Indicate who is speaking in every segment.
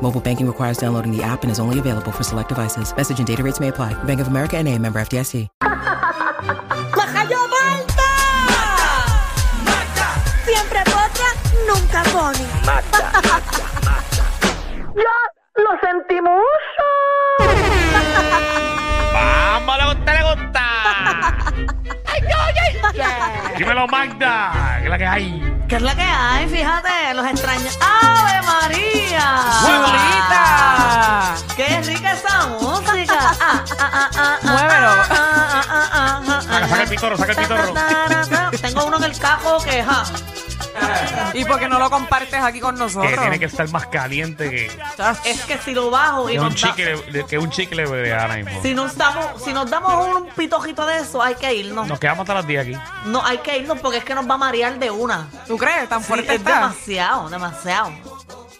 Speaker 1: Mobile banking requires downloading the app and is only available for select devices. Message and data rates may apply. Bank of America and a member FDIC.
Speaker 2: ¡Bajayo Malta! Siempre potra, nunca pony. ¡Ya lo sentimos!
Speaker 3: ¡Vamos, le gusta, le gusta! Dímelo, Magda, que es la que hay.
Speaker 2: ¿Qué es la que hay? Fíjate, los extraños. ¡Ave María!
Speaker 4: ¡Muévela!
Speaker 2: ¡Qué rica esa música! Ah, ah, ah, ah, ah,
Speaker 4: Muévelo.
Speaker 2: ah, ah, ah, ah, ah,
Speaker 3: Saca,
Speaker 2: ah.
Speaker 3: saca el pitorro, saca el pitorro.
Speaker 2: Tengo uno en el cajo que... ja.
Speaker 4: ¿Y por qué no lo compartes aquí con nosotros?
Speaker 3: Que tiene que estar más caliente que,
Speaker 4: Chacho.
Speaker 2: Es que si lo bajo y
Speaker 3: que un
Speaker 2: nos da-
Speaker 3: chicle, de- que un chicle bebé ahora mismo.
Speaker 2: Si nos damos, si nos damos un pitojito de eso, hay que irnos.
Speaker 3: Nos quedamos hasta las 10 aquí.
Speaker 2: No, hay que irnos porque es que nos va a marear de una.
Speaker 4: ¿Tú crees? ¿Tan
Speaker 2: Sí,
Speaker 4: fuerte
Speaker 2: es
Speaker 4: está?
Speaker 2: demasiado, demasiado.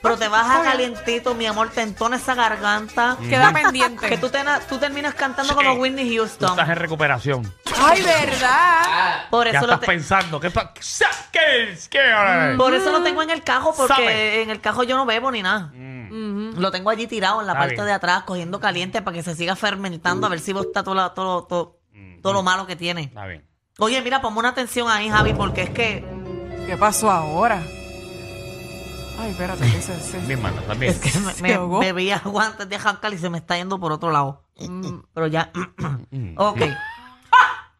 Speaker 2: Pero te baja calientito, mi amor, te entona esa garganta.
Speaker 4: Queda pendiente.
Speaker 2: Que tú, te, tú terminas cantando
Speaker 3: Sí.
Speaker 2: como Whitney
Speaker 3: Tú estás
Speaker 2: Houston.
Speaker 3: en recuperación.
Speaker 4: ¡Ay, verdad!
Speaker 2: Por
Speaker 3: Ya
Speaker 2: eso,
Speaker 3: estás
Speaker 2: lo te-
Speaker 3: pensando. ¿Qué pa- sa- ¿Qué es? ¿Qué ahora?
Speaker 2: por eso lo tengo en el cajo, porque
Speaker 3: Sabe. Mm.
Speaker 2: en el cajo yo no bebo ni nada. Lo tengo allí tirado en la
Speaker 3: Está
Speaker 2: parte
Speaker 3: bien.
Speaker 2: de atrás, cogiendo caliente para que se siga fermentando, a ver si bota todo, lo- todo, lo- todo,
Speaker 3: Mm.
Speaker 2: todo lo malo que tiene.
Speaker 3: Está bien.
Speaker 2: Oye, mira, ponme una atención ahí, Javi, porque es que
Speaker 4: ¿Qué pasó ahora? Ay, espérate, ¿qué es ese?
Speaker 3: Bien, Magda, estás bien.
Speaker 2: me,
Speaker 4: Se
Speaker 2: me
Speaker 4: ahogó.
Speaker 2: bebí agua antes de jancar y se me está yendo por otro lado.
Speaker 4: Mm.
Speaker 2: Pero ya. ok.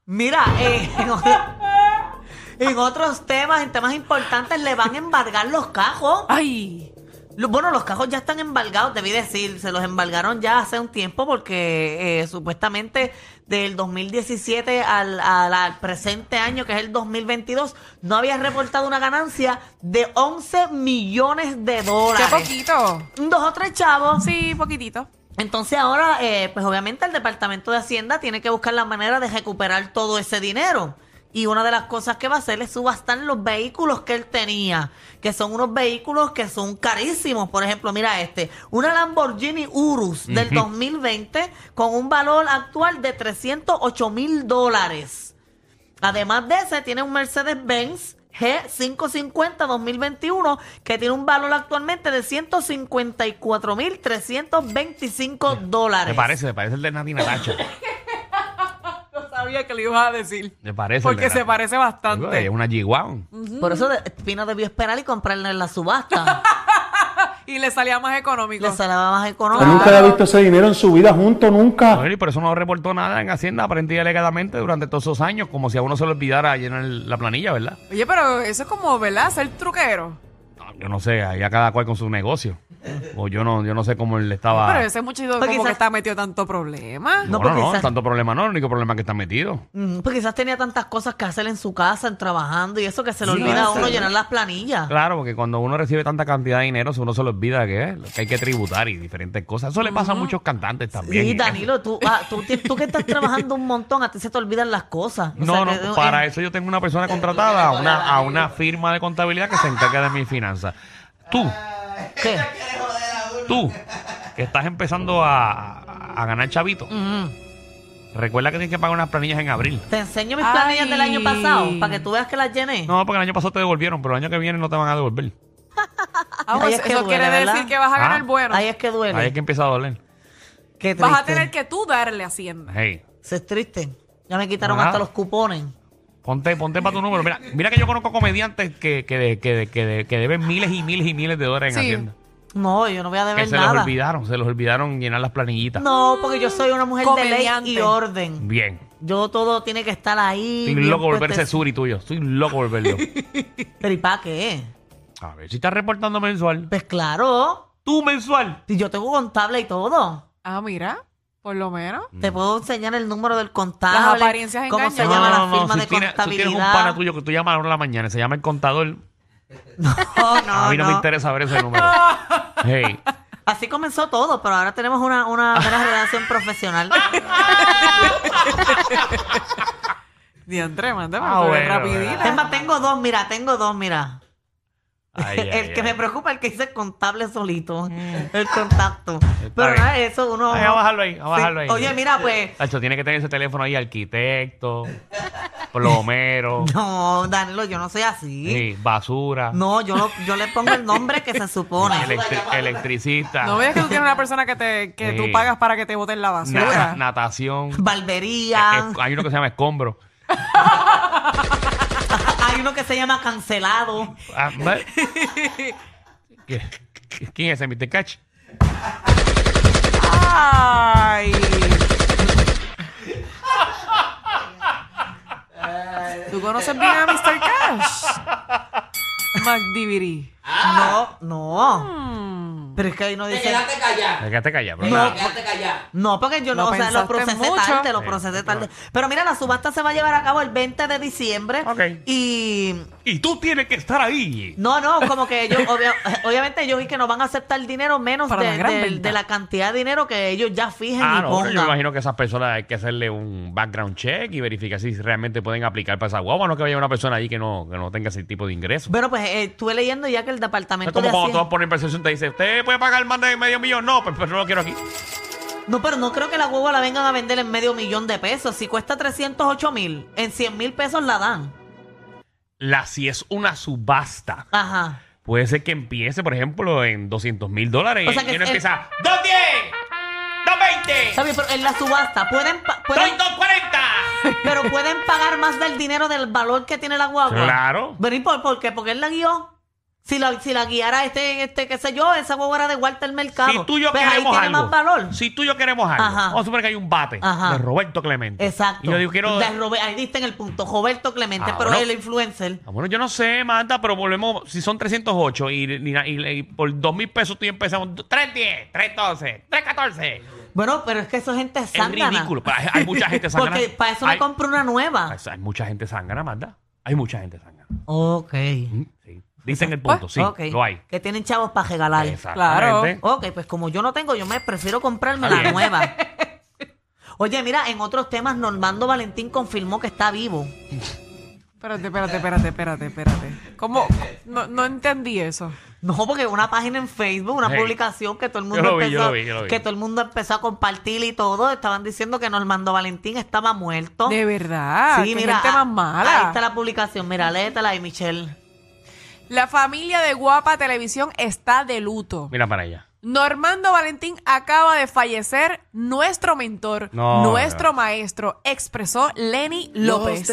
Speaker 2: Mira, eh, en, otro- en otros temas, en temas importantes, le van a embargar los cajos.
Speaker 4: ¡Ay!
Speaker 2: Lo- Bueno, los cajos ya están embargados, debí decir. Se los embargaron ya hace un tiempo porque eh, supuestamente del 2017 al, al- al presente año, que es el 2022, no había reportado una ganancia de 11 millones de
Speaker 4: ¡Qué
Speaker 2: dólares.
Speaker 4: poquito!
Speaker 2: Dos o tres chavos.
Speaker 4: Sí, poquitito.
Speaker 2: Entonces ahora, eh, pues obviamente el Departamento de Hacienda tiene que buscar la manera de recuperar todo ese dinero. Y una de las cosas que va a hacer es subastar los vehículos que él tenía, que son unos vehículos que son carísimos. Por ejemplo, mira este, una Lamborghini Urus del 2020 con un valor actual de 308 mil dólares. Además de ese, tiene un Mercedes-Benz G550 2021 que tiene un valor actualmente de 154.325 dólares.
Speaker 3: Me parece, me parece el de Nati Natacha.
Speaker 4: No sabía que le ibas a decir.
Speaker 3: Me parece. el de
Speaker 4: Porque
Speaker 3: Nati.
Speaker 4: se parece
Speaker 3: Oye, Es
Speaker 4: bastante.
Speaker 3: una G-Wow.
Speaker 2: Por eso de- Pino debió esperar y comprarla en la subasta.
Speaker 4: Y le salía más económico.
Speaker 2: Le salía más
Speaker 5: Yo
Speaker 2: económica.
Speaker 5: nunca había visto ese dinero en su vida junto, nunca.
Speaker 3: Bueno, y por eso no reportó nada en Hacienda, aparente y alegadamente, durante todos esos años, como si a uno se le olvidara llenar la planilla, ¿verdad?
Speaker 4: Oye, pero eso es como, ¿verdad? Ser truquero.
Speaker 3: No, yo no sé, allá cada cual con su negocio. O yo no, yo no sé cómo él estaba.
Speaker 4: Pero ese muchachito
Speaker 2: Porque
Speaker 4: como
Speaker 2: quizás-
Speaker 4: que está metido tanto problema.
Speaker 2: No,
Speaker 3: no,
Speaker 2: porque
Speaker 3: no, no,
Speaker 2: esa-
Speaker 3: tanto problema no, el único problema es que está metido.
Speaker 2: Mm, Pues quizás tenía tantas cosas que hacer en su casa, en trabajando y eso que se le
Speaker 3: Sí,
Speaker 2: olvida a
Speaker 3: sí.
Speaker 2: uno llenar las planillas.
Speaker 3: Claro, porque cuando uno recibe tanta cantidad de dinero, uno se le olvida que, eh, que hay que tributar y diferentes cosas. Eso le pasa a muchos cantantes también.
Speaker 2: Y Danilo, tú, ah, tú, ti- tú que estás trabajando un montón, a ti se te olvidan las cosas. O
Speaker 3: No,
Speaker 2: sea,
Speaker 3: no,
Speaker 2: que-
Speaker 3: para
Speaker 2: eh,
Speaker 3: eso yo tengo una persona contratada a una, a una firma de contabilidad que se encarga de mis finanzas. Tú,
Speaker 2: ¿qué?
Speaker 3: tú, que estás empezando a, a ganar chavito,
Speaker 2: Mm.
Speaker 3: recuerda que tienes que pagar unas planillas en abril.
Speaker 2: Te enseño mis
Speaker 4: Ay.
Speaker 2: planillas del año pasado para que tú veas que las llené.
Speaker 3: No, porque el año pasado te devolvieron, pero el año que viene no te van a devolver.
Speaker 4: Ah, pues
Speaker 2: Ahí es que
Speaker 4: eso
Speaker 2: duele,
Speaker 4: quiere
Speaker 2: ¿verdad?
Speaker 4: decir que vas a ganar
Speaker 3: Ah,
Speaker 4: bueno.
Speaker 2: Ahí es que duele.
Speaker 3: Ahí es que empieza a doler.
Speaker 2: Qué
Speaker 4: Vas a
Speaker 2: triste.
Speaker 4: tener que tú darle hacienda.
Speaker 3: Hey,
Speaker 2: Eso es triste. Ya me quitaron
Speaker 3: Nada.
Speaker 2: hasta los cupones.
Speaker 3: ponte, ponte para tu número. Mira, mira que yo conozco comediantes que, que, de- que, de- que, de- que deben miles y miles y miles de dólares en
Speaker 4: Sí.
Speaker 3: Hacienda.
Speaker 2: No, yo no voy a
Speaker 3: Que
Speaker 2: deber
Speaker 3: se
Speaker 2: nada.
Speaker 3: los olvidaron, se los olvidaron llenar las planillitas.
Speaker 2: No, porque yo soy una mujer de ley
Speaker 4: Comediante.
Speaker 2: y orden.
Speaker 3: Bien.
Speaker 2: Yo todo tiene que estar ahí.
Speaker 3: Estoy
Speaker 2: bien
Speaker 3: loco por verse
Speaker 2: puestecito.
Speaker 3: Suri tuyo. Estoy loco por verlo.
Speaker 2: Pero ¿y para qué?
Speaker 3: A ver si estás reportando mensual.
Speaker 2: Pues claro,
Speaker 3: Tú mensual.
Speaker 2: si yo tengo contable y todo.
Speaker 4: Ah, mira, por lo menos.
Speaker 2: Te
Speaker 3: Mm.
Speaker 2: puedo enseñar el número del contable.
Speaker 4: Las apariencias
Speaker 2: cómo se
Speaker 4: engañan.
Speaker 2: llama
Speaker 4: No,
Speaker 2: la firma
Speaker 3: si
Speaker 2: de
Speaker 3: tienes- tú tienes un pana
Speaker 2: contabilidad.
Speaker 3: tuyo que tú llamas ahora en la mañana, se llama el contador.
Speaker 2: No, no,
Speaker 3: a mí no, me
Speaker 2: Ah, no.
Speaker 3: interesa ver ese número. Hey,
Speaker 2: Así comenzó todo, pero ahora tenemos una, una, una relación profesional.
Speaker 4: Diantre, mándame,
Speaker 3: Ah,
Speaker 4: pero
Speaker 3: bueno,
Speaker 4: rapidita.
Speaker 2: Es más, tengo dos, mira, tengo dos, mira.
Speaker 3: ay, ay,
Speaker 2: el que
Speaker 3: ay.
Speaker 2: me preocupa es el que dice contable solito,
Speaker 4: Mm.
Speaker 2: el contacto. Pero
Speaker 3: bien.
Speaker 2: nada, eso uno...
Speaker 3: Ay, a bajarlo ahí, a
Speaker 2: Sí.
Speaker 3: bajarlo ahí.
Speaker 2: Oye, mira, pues...
Speaker 3: Tacho, tiene que tener ese teléfono ahí, arquitecto, plomero,
Speaker 2: No, Danilo, yo no soy así.
Speaker 3: sí, basura,
Speaker 2: No, yo, lo- yo le pongo el nombre que se supone.
Speaker 3: electri- electricista,
Speaker 4: No veas que tú tienes una persona que, te, que
Speaker 3: Sí.
Speaker 4: tú pagas para que te boten la
Speaker 3: na-
Speaker 4: basura.
Speaker 3: natación.
Speaker 2: Barbería.
Speaker 3: Es- hay uno que se llama escombro.
Speaker 2: Hay uno que se llama cancelado.
Speaker 3: Ah, ma- ¿Qué- ¿Quién es ese, Mr. Catch?
Speaker 4: Ay. ¿Tú conoces bien a Mr. Cash? McDiviry.
Speaker 2: No, no.
Speaker 4: Hmm.
Speaker 2: Pero es que ahí no
Speaker 6: Te
Speaker 2: dice.
Speaker 6: quedaste callado.
Speaker 3: Quédate callado.
Speaker 6: Te
Speaker 3: pero nada.
Speaker 6: quedaste callado.
Speaker 2: No, porque yo no,
Speaker 4: Lo
Speaker 2: o sea, lo
Speaker 4: pensaste
Speaker 2: procesé
Speaker 4: mucho.
Speaker 2: tarde, lo
Speaker 3: Sí,
Speaker 2: procesé
Speaker 3: no
Speaker 2: tarde. Pero mira, la subasta se va a llevar a cabo el 20 de diciembre.
Speaker 3: Ok.
Speaker 2: Y
Speaker 3: Y tú tienes que estar ahí.
Speaker 2: No, no, como que ellos, obvia- obviamente yo vi que no van a aceptar dinero menos
Speaker 4: Para la
Speaker 2: de,
Speaker 4: gran
Speaker 2: del-
Speaker 4: venta.
Speaker 2: de la cantidad de dinero que ellos ya fijen
Speaker 3: Ah,
Speaker 2: y
Speaker 3: no, pero
Speaker 2: pongan.
Speaker 3: yo me imagino que esas personas hay que hacerle un background check y verificar si realmente pueden aplicar para esa guagua. No que vaya una persona ahí que no, que no tenga ese tipo de ingresos.
Speaker 2: Bueno, pues eh, estuve leyendo ya que el
Speaker 3: No es
Speaker 2: departamento
Speaker 3: como
Speaker 2: de
Speaker 3: cuando tú vas
Speaker 2: Hacienda...
Speaker 3: a poner percepción y te dice, ¿usted puede pagar más de medio millón? No, pues, pero, pero no lo quiero aquí.
Speaker 2: No, pero no creo que la huevo la vengan a vender en medio millón de pesos. Si cuesta 308 mil, en 100 mil pesos la dan.
Speaker 3: La si es una subasta.
Speaker 2: Ajá.
Speaker 3: Puede ser que empiece, por ejemplo, en 200 mil dólares.
Speaker 2: O sea que
Speaker 3: y uno
Speaker 2: es-
Speaker 3: empieza, ¡210! ¡220!
Speaker 2: ¿Sabes? Pero en la subasta pueden, pa-
Speaker 3: ¡Soy
Speaker 2: pueden
Speaker 3: 240!
Speaker 2: pero pueden pagar más del dinero del valor que tiene la guagua.
Speaker 3: Claro.
Speaker 2: Bueno, ¿y por, por qué? Porque él la guió. Si la, si la guiara este, este, qué sé yo, esa guagua era de Walter Mercado.
Speaker 3: Si tú y yo
Speaker 2: Pues ahí
Speaker 3: queremos
Speaker 2: tiene
Speaker 3: algo.
Speaker 2: más valor.
Speaker 3: Si tú y yo queremos algo.
Speaker 2: Ajá.
Speaker 3: Vamos a suponer que hay un bate
Speaker 2: Ajá.
Speaker 3: de Roberto Clemente.
Speaker 2: Exacto.
Speaker 3: Y yo digo, quiero.
Speaker 2: De Robe- ahí diste en el punto, Roberto Clemente,
Speaker 3: Ah,
Speaker 2: pero
Speaker 3: bueno.
Speaker 2: el influencer.
Speaker 3: Ah, bueno, yo no sé, Manta, pero volvemos. Si son 308 y, y- y- y por 2 mil pesos tú y empezamos 310, 312, 314.
Speaker 2: Bueno, pero es que eso es gente
Speaker 3: Es
Speaker 2: sangrana.
Speaker 3: ridículo. Pero hay, hay mucha gente sangrana.
Speaker 2: Porque para eso
Speaker 3: hay, Ah,
Speaker 2: me compro una nueva.
Speaker 3: Hay mucha gente sangrana, Manda. Hay mucha gente sangrana.
Speaker 2: Ok.
Speaker 3: Mm, Sí. Dicen el punto, sí.
Speaker 2: Ah, Ok.
Speaker 3: Lo hay.
Speaker 2: Que tienen chavos para regalar.
Speaker 3: Exactamente.
Speaker 2: Ok, pues como yo no tengo, yo me prefiero comprarme
Speaker 3: Está
Speaker 2: la
Speaker 3: bien.
Speaker 2: nueva. Oye, mira, en otros temas, Normando Valentín confirmó que está vivo.
Speaker 4: Espérate, espérate, espérate, espérate, espérate. ¿Cómo? No, no entendí eso.
Speaker 2: No, porque una página en Facebook, una
Speaker 3: Hey.
Speaker 2: publicación que todo el
Speaker 3: Yo
Speaker 2: mundo
Speaker 3: lo vi, yo
Speaker 2: empezó,
Speaker 3: lo vi, yo lo vi.
Speaker 2: que todo el mundo empezó a compartir y todo, estaban diciendo que Normando Valentín estaba muerto.
Speaker 4: De verdad. qué gente
Speaker 2: ah,
Speaker 4: más mala.
Speaker 2: Ahí está la publicación, mira, léetela ahí, Michelle.
Speaker 4: La familia de Guapa Televisión está de luto.
Speaker 3: Mira para allá.
Speaker 4: Normando Valentín acaba de fallecer. Nuestro mentor,
Speaker 3: No,
Speaker 4: nuestro maestro, expresó Lenny López.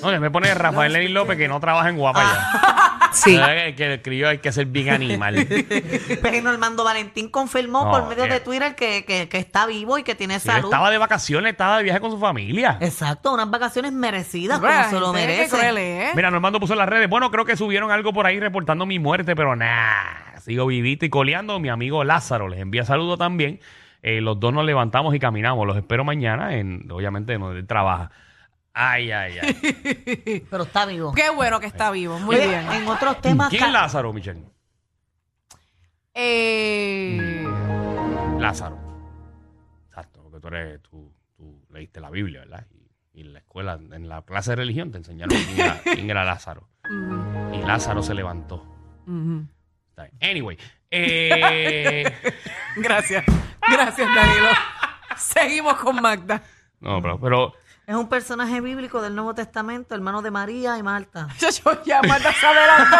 Speaker 3: No, me pone Rafael Lenin López que no trabaja en Guapa
Speaker 4: Sí.
Speaker 3: ya. El que escribió hay que ser bien animal.
Speaker 2: Pero Pues Normando Valentín confirmó
Speaker 3: No,
Speaker 2: por medio
Speaker 3: bien.
Speaker 2: de Twitter que, que- que está vivo y que tiene
Speaker 3: Él
Speaker 2: salud.
Speaker 3: estaba de vacaciones, estaba de viaje con su familia.
Speaker 2: Exacto, unas vacaciones merecidas,
Speaker 4: Hombre, la
Speaker 2: como se lo
Speaker 4: gente, qué
Speaker 2: merece.
Speaker 4: cruel, ¿eh?
Speaker 3: Mira, Normando puso en las redes. Bueno, creo que subieron algo por ahí reportando mi muerte, pero nada. Sigo vivito y coleando. Mi amigo Lázaro les envía saludos también. Eh, los dos nos levantamos y caminamos. Los espero mañana, en, obviamente, donde él trabaja. Ay, ay, ay.
Speaker 2: Pero está vivo.
Speaker 4: Qué bueno que está vivo. Muy
Speaker 2: Oye,
Speaker 4: bien.
Speaker 2: Eh, En otros temas.
Speaker 3: ¿Quién
Speaker 2: Ca-
Speaker 3: es Lázaro, Michelle?
Speaker 4: Eh,
Speaker 3: Lázaro. Exacto, porque tú, eres, tú, tú leíste la Biblia, ¿verdad? Y, y en la escuela, en la clase de religión, te enseñaron quién era, quién era Lázaro.
Speaker 4: mm,
Speaker 3: Y Lázaro se levantó.
Speaker 4: mm.
Speaker 3: Está bien. Anyway, eh,
Speaker 4: Gracias. Gracias, Danilo. Seguimos con Magda.
Speaker 3: no, pero, pero
Speaker 2: Es un personaje bíblico del Nuevo Testamento, hermano de María y Marta.
Speaker 4: Yo, yo ya Magda se adelantó.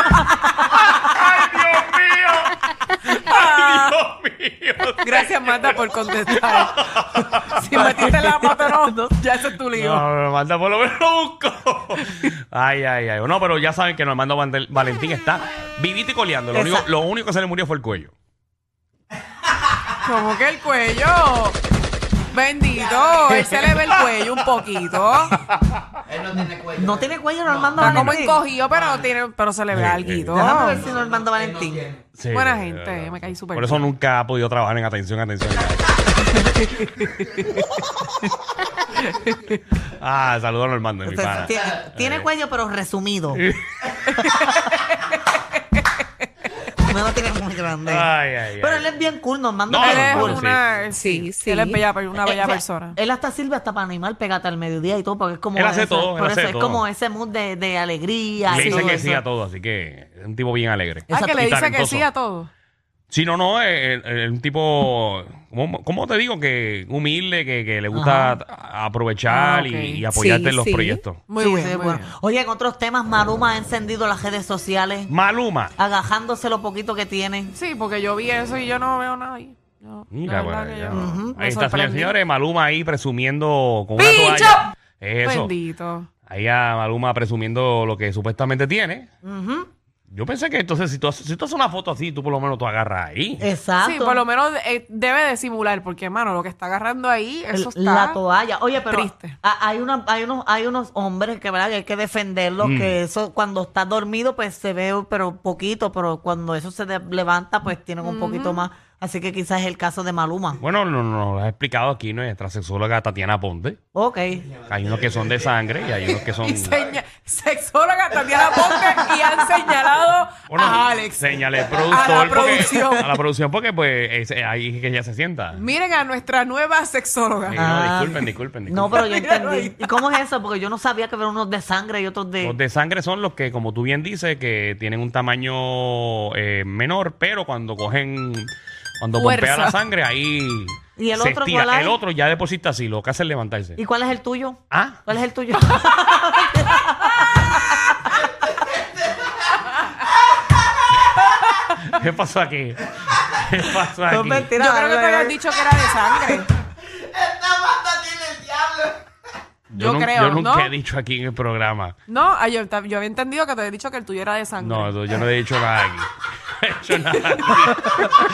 Speaker 3: ¡Ay, Dios mío! ¡Ay, Dios mío!
Speaker 4: Gracias, Magda, por contestar. Si metiste la pata, no, ya ese es tu lío.
Speaker 3: No, no, manda por lo menos lo busco. Ay, ay, ay. No, pero ya saben que Normando Vandel- Valentín está vivito y coleando. Lo único,
Speaker 2: Exacto.
Speaker 3: lo único que se le murió fue el cuello.
Speaker 4: ¿Cómo que el cuello? Bendito, él se le ve el cuello un poquito.
Speaker 2: No tiene cuello Normando
Speaker 4: Pues, Está como
Speaker 2: Valentín.
Speaker 4: encogido, pero, tiene, pero se le ve alguito.
Speaker 2: Déjame ver si Normando Valentín.
Speaker 3: Sí,
Speaker 4: Buena
Speaker 3: de
Speaker 4: gente,
Speaker 3: verdad.
Speaker 4: me caí súper
Speaker 3: Por eso
Speaker 4: bien.
Speaker 3: nunca ha podido trabajar en atención, atención. ah, saludos a Normando, mi pana.
Speaker 2: Este, Tiene, tiene cuello, pero resumido. no tiene muy grande.
Speaker 3: Ay, ay, ay.
Speaker 2: Pero él es bien cool, Normando.
Speaker 3: No,
Speaker 4: Él es
Speaker 3: Normando,
Speaker 4: una. Sí,
Speaker 6: Sí, sí.
Speaker 4: Él es bella, una
Speaker 2: Eh,
Speaker 4: bella
Speaker 2: o sea,
Speaker 4: persona.
Speaker 2: Él hasta sirve hasta para animar, pégate al mediodía y todo, porque es como.
Speaker 3: Él hace
Speaker 2: ese-
Speaker 3: todo, él
Speaker 2: por
Speaker 3: hace
Speaker 2: eso es
Speaker 3: todo.
Speaker 2: como ese mood de, de alegría.
Speaker 3: Le
Speaker 2: y
Speaker 3: dice
Speaker 2: todo
Speaker 3: que
Speaker 2: eso.
Speaker 3: sí a todo, así que es un tipo bien alegre.
Speaker 4: Ah, que
Speaker 2: Exacto.
Speaker 4: le
Speaker 3: Y
Speaker 4: dice que
Speaker 3: talentoso.
Speaker 4: sí a todo.
Speaker 3: Sí, no, no, es es- es un tipo, ¿cómo, cómo te digo? Que humilde, que, que le gusta a- aprovechar
Speaker 4: Ah, ok.
Speaker 3: y, y apoyarte
Speaker 6: Sí,
Speaker 3: en los
Speaker 6: sí.
Speaker 3: proyectos.
Speaker 4: Muy
Speaker 2: Sí,
Speaker 4: bien.
Speaker 2: sí,
Speaker 4: muy
Speaker 2: bueno.
Speaker 4: bien.
Speaker 2: Oye, en otros temas, Maluma ha encendido las redes sociales,
Speaker 3: Maluma.
Speaker 2: agajándose lo poquito que tiene.
Speaker 4: Sí, porque yo vi eso y yo no veo nada ahí. No,
Speaker 3: Mm,
Speaker 4: la
Speaker 3: ya,
Speaker 4: verdad
Speaker 3: bueno,
Speaker 4: que
Speaker 3: ya.
Speaker 2: Ujú,
Speaker 4: yo- me
Speaker 3: ahí está, señores,
Speaker 4: sorprendí.
Speaker 3: señores, Maluma ahí presumiendo con una
Speaker 4: ¡Bicho!
Speaker 3: toalla. Eso.
Speaker 4: Bendito.
Speaker 3: Ahí a Maluma presumiendo lo que supuestamente tiene.
Speaker 2: Ujú.
Speaker 3: Yo pensé que entonces si tú, haces- si tú haces una foto así, tú por lo menos tú agarras ahí.
Speaker 2: Exacto.
Speaker 4: Sí, por lo menos eh, debe de simular, porque, hermano, lo que está agarrando ahí, eso está.
Speaker 2: la toalla. Oye, pero
Speaker 4: triste.
Speaker 2: a- hay, una, hay, unos, hay unos hombres que, ¿verdad? que hay que defenderlos,
Speaker 3: Mm.
Speaker 2: que eso cuando está dormido pues se ve pero poquito, pero cuando eso se de- levanta pues tienen un poquito más. Así que quizás es el caso de Maluma.
Speaker 3: Bueno, no- no- nos lo ha explicado aquí nuestra sexóloga Tatiana Ponte.
Speaker 2: Ok.
Speaker 3: Hay unos que son de sangre y hay unos que son...
Speaker 4: Y seña- sexóloga Tatiana Ponte y han señalado
Speaker 3: Bueno,
Speaker 2: Ah,
Speaker 4: a Alex.
Speaker 3: Señale al
Speaker 4: A
Speaker 3: productor.
Speaker 4: la
Speaker 3: porque-
Speaker 4: producción.
Speaker 3: a la producción, porque pues es- eh, ahí es que ella se sienta.
Speaker 4: Miren a nuestra nueva
Speaker 3: Eh,
Speaker 4: sexóloga.
Speaker 2: Ah.
Speaker 3: no, disculpen, disculpen,
Speaker 2: No,
Speaker 3: disculpen.
Speaker 2: pero yo
Speaker 4: Míralo
Speaker 2: entendí. ¿Y cómo es eso? Porque yo no sabía que había unos de sangre y otros de...
Speaker 3: Los de sangre son los que, como tú bien dices, que tienen un tamaño eh, menor, pero cuando cogen, cuando
Speaker 4: Fuerza.
Speaker 3: pompea la sangre, ahí
Speaker 2: ¿Y el
Speaker 3: se
Speaker 2: otro
Speaker 3: estira.
Speaker 2: cuál hay?
Speaker 3: El otro ya deposita así, lo que hace es levantarse.
Speaker 2: ¿Y cuál es el tuyo?
Speaker 3: Ah,
Speaker 2: ¿Cuál es el tuyo?
Speaker 3: ¿qué pasó aquí? ¿Qué pasó aquí?
Speaker 4: Yo creo que te habían dicho que era de sangre. yo
Speaker 3: nun-
Speaker 4: creo,
Speaker 3: yo nunca
Speaker 4: ¿no?
Speaker 3: he dicho aquí en el programa.
Speaker 4: No, ay, yo, ta- yo había entendido que te había dicho que el tuyo era de sangre.
Speaker 3: No, no, yo no he dicho nada aquí. No he dicho nada aquí.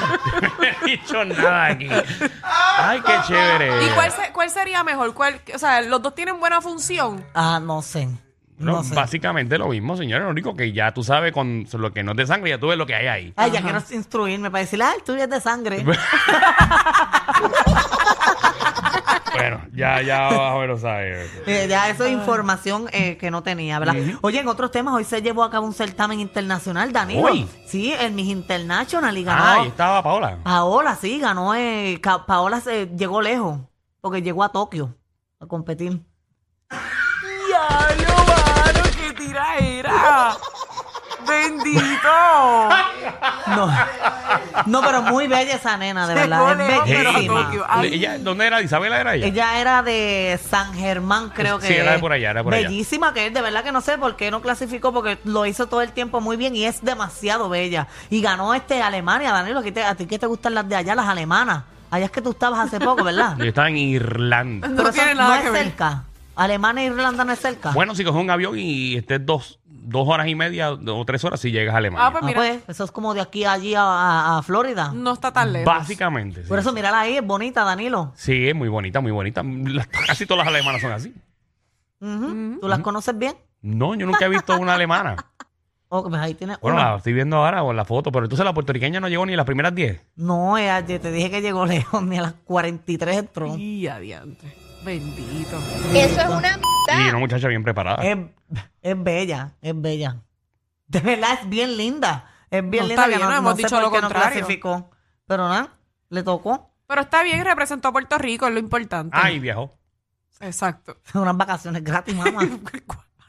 Speaker 3: No he dicho nada aquí. Ay, qué chévere.
Speaker 4: ¿Y cuál, se- cuál sería mejor? ¿Cuál, o sea, los dos tienen buena función.
Speaker 2: Ah, no sé.
Speaker 3: No,
Speaker 2: No, sé.
Speaker 3: Básicamente lo mismo, señores. Lo único que ya tú sabes con lo que no es de sangre, ya tú ves lo que hay ahí.
Speaker 2: Ay, ya quiero instruirme para decirle, ah, el tuyo es de sangre.
Speaker 3: Bueno, ya, ya, a ver, lo sabes.
Speaker 2: Eh, ya eso es información eh, que no tenía, ¿verdad? Oye, en otros temas, hoy se llevó a cabo un certamen internacional, Danilo.
Speaker 3: Hoy.
Speaker 2: Sí, el Miss International y
Speaker 3: Ah, ahí
Speaker 2: ganó.
Speaker 3: estaba Paola.
Speaker 2: Paola, sí, ganó. eh, Ca- Paola se- llegó lejos, porque llegó a Tokio a competir.
Speaker 4: ¡Diablo, mano! ¡Qué tira era! ¡Bendito!
Speaker 2: No, no pero muy bella esa nena, de
Speaker 4: Llegó
Speaker 2: verdad.
Speaker 4: lejos,
Speaker 2: Es
Speaker 4: Ah, pero a
Speaker 2: bellísima.
Speaker 4: Tokio. Ay.
Speaker 3: Ella- ¿Dónde era? ¿Isabela era ella?
Speaker 2: Ella era de San Germán, creo que.
Speaker 3: Sí, era de
Speaker 2: es.
Speaker 3: por allá, era por allá.
Speaker 2: Bellísima que es, de verdad que no sé por qué no clasificó, porque lo hizo todo el tiempo muy bien y es demasiado bella. Y ganó este Alemania, Danilo, que te- a ti que te gustan las de allá, las alemanas. Allá es que tú estabas hace poco, ¿verdad?
Speaker 3: Yo estaba en Irlanda.
Speaker 4: No
Speaker 2: Pero eso
Speaker 4: tiene nada
Speaker 2: no
Speaker 4: que
Speaker 2: es
Speaker 4: ver.
Speaker 2: cerca. Alemania e Irlanda no es
Speaker 4: Ah.
Speaker 2: cerca.
Speaker 3: Bueno, si coges un avión y estés dos, dos horas y media o tres horas, si llegas a
Speaker 4: Ah,
Speaker 3: Alemania.
Speaker 4: pues
Speaker 2: Ah,
Speaker 4: mira,
Speaker 2: pues, eso es como de aquí a allí a, a- a Florida.
Speaker 4: no está tan lejos.
Speaker 3: Básicamente. Sí.
Speaker 2: Por eso, mírala ahí, es bonita, Danilo.
Speaker 3: Sí, es muy bonita, muy bonita. Las- casi todas las alemanas son así.
Speaker 2: Ujú. ¿Tú las conoces bien?
Speaker 3: No, yo nunca he visto una alemana.
Speaker 2: Oh, pues ahí tienes
Speaker 3: Bueno,
Speaker 2: una.
Speaker 3: la estoy viendo ahora o en la foto, pero entonces la puertorriqueña no llegó ni las primeras 10.
Speaker 2: No, ella- yo te dije que llegó lejos, ni a las 43 entró.
Speaker 4: Y adiante. Bendito.
Speaker 6: Eso es una
Speaker 3: Y una muchacha bien
Speaker 4: Ah.
Speaker 3: preparada.
Speaker 2: Es, es bella, es bella. De verdad, es bien linda. Es bien
Speaker 4: No,
Speaker 2: linda.
Speaker 4: está
Speaker 2: que
Speaker 4: bien, no hemos
Speaker 2: sé
Speaker 4: dicho
Speaker 2: por
Speaker 4: lo
Speaker 2: qué no
Speaker 4: contrario.
Speaker 2: clasificó. Pero nada, le tocó
Speaker 4: Pero está bien, representó a Puerto Rico, es lo importante.
Speaker 3: Ay, viejo.
Speaker 4: Exacto.
Speaker 2: unas vacaciones gratis, mamá.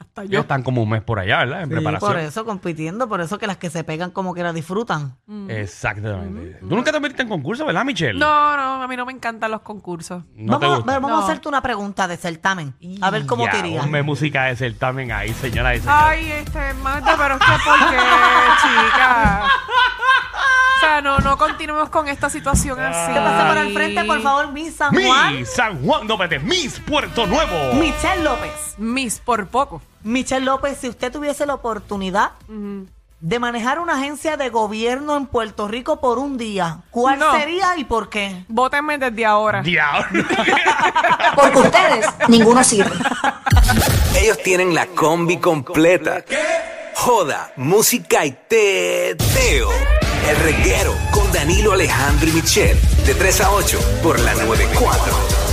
Speaker 4: Hasta
Speaker 3: Ellos
Speaker 4: yo.
Speaker 3: están como un mes por allá, ¿verdad? En
Speaker 2: Sí, por
Speaker 3: preparación.
Speaker 2: eso compitiendo, por eso que las que se pegan como que las disfrutan.
Speaker 4: Mm.
Speaker 3: eh. Exactamente. Tú nunca te metiste en concurso, ¿verdad, Michelle?
Speaker 4: No, no, a mí no me encantan los concursos.
Speaker 3: No
Speaker 2: vamos
Speaker 3: te
Speaker 2: a,
Speaker 3: gusta.
Speaker 2: vamos a
Speaker 4: No.
Speaker 2: hacerte una pregunta de certamen. A ver cómo
Speaker 3: Ya,
Speaker 2: te iría.
Speaker 3: ponme música de certamen ahí, señora. y señores.
Speaker 4: Ay, este Magda, pero es que ¿por qué, chica? O sea, no, no continuemos con esta situación así.
Speaker 2: ¿Qué pasa por el frente, por favor, Miss San Juan?
Speaker 3: Miss San Juan, no, espérate, Miss Puerto Nuevo.
Speaker 2: Michelle López.
Speaker 4: Miss, por poco.
Speaker 2: Michelle López, si usted tuviese la oportunidad de manejar una agencia de gobierno en Puerto Rico por un día, ¿cuál
Speaker 4: No.
Speaker 2: sería y por qué?
Speaker 4: Vótenme desde ahora.
Speaker 3: Diablo.
Speaker 6: Porque ustedes, ninguno sirve.
Speaker 7: Ellos tienen la combi completa. Joda, música y teo. El reguero con Danilo Alejandro y Michel. De 3 a 8 por la 94.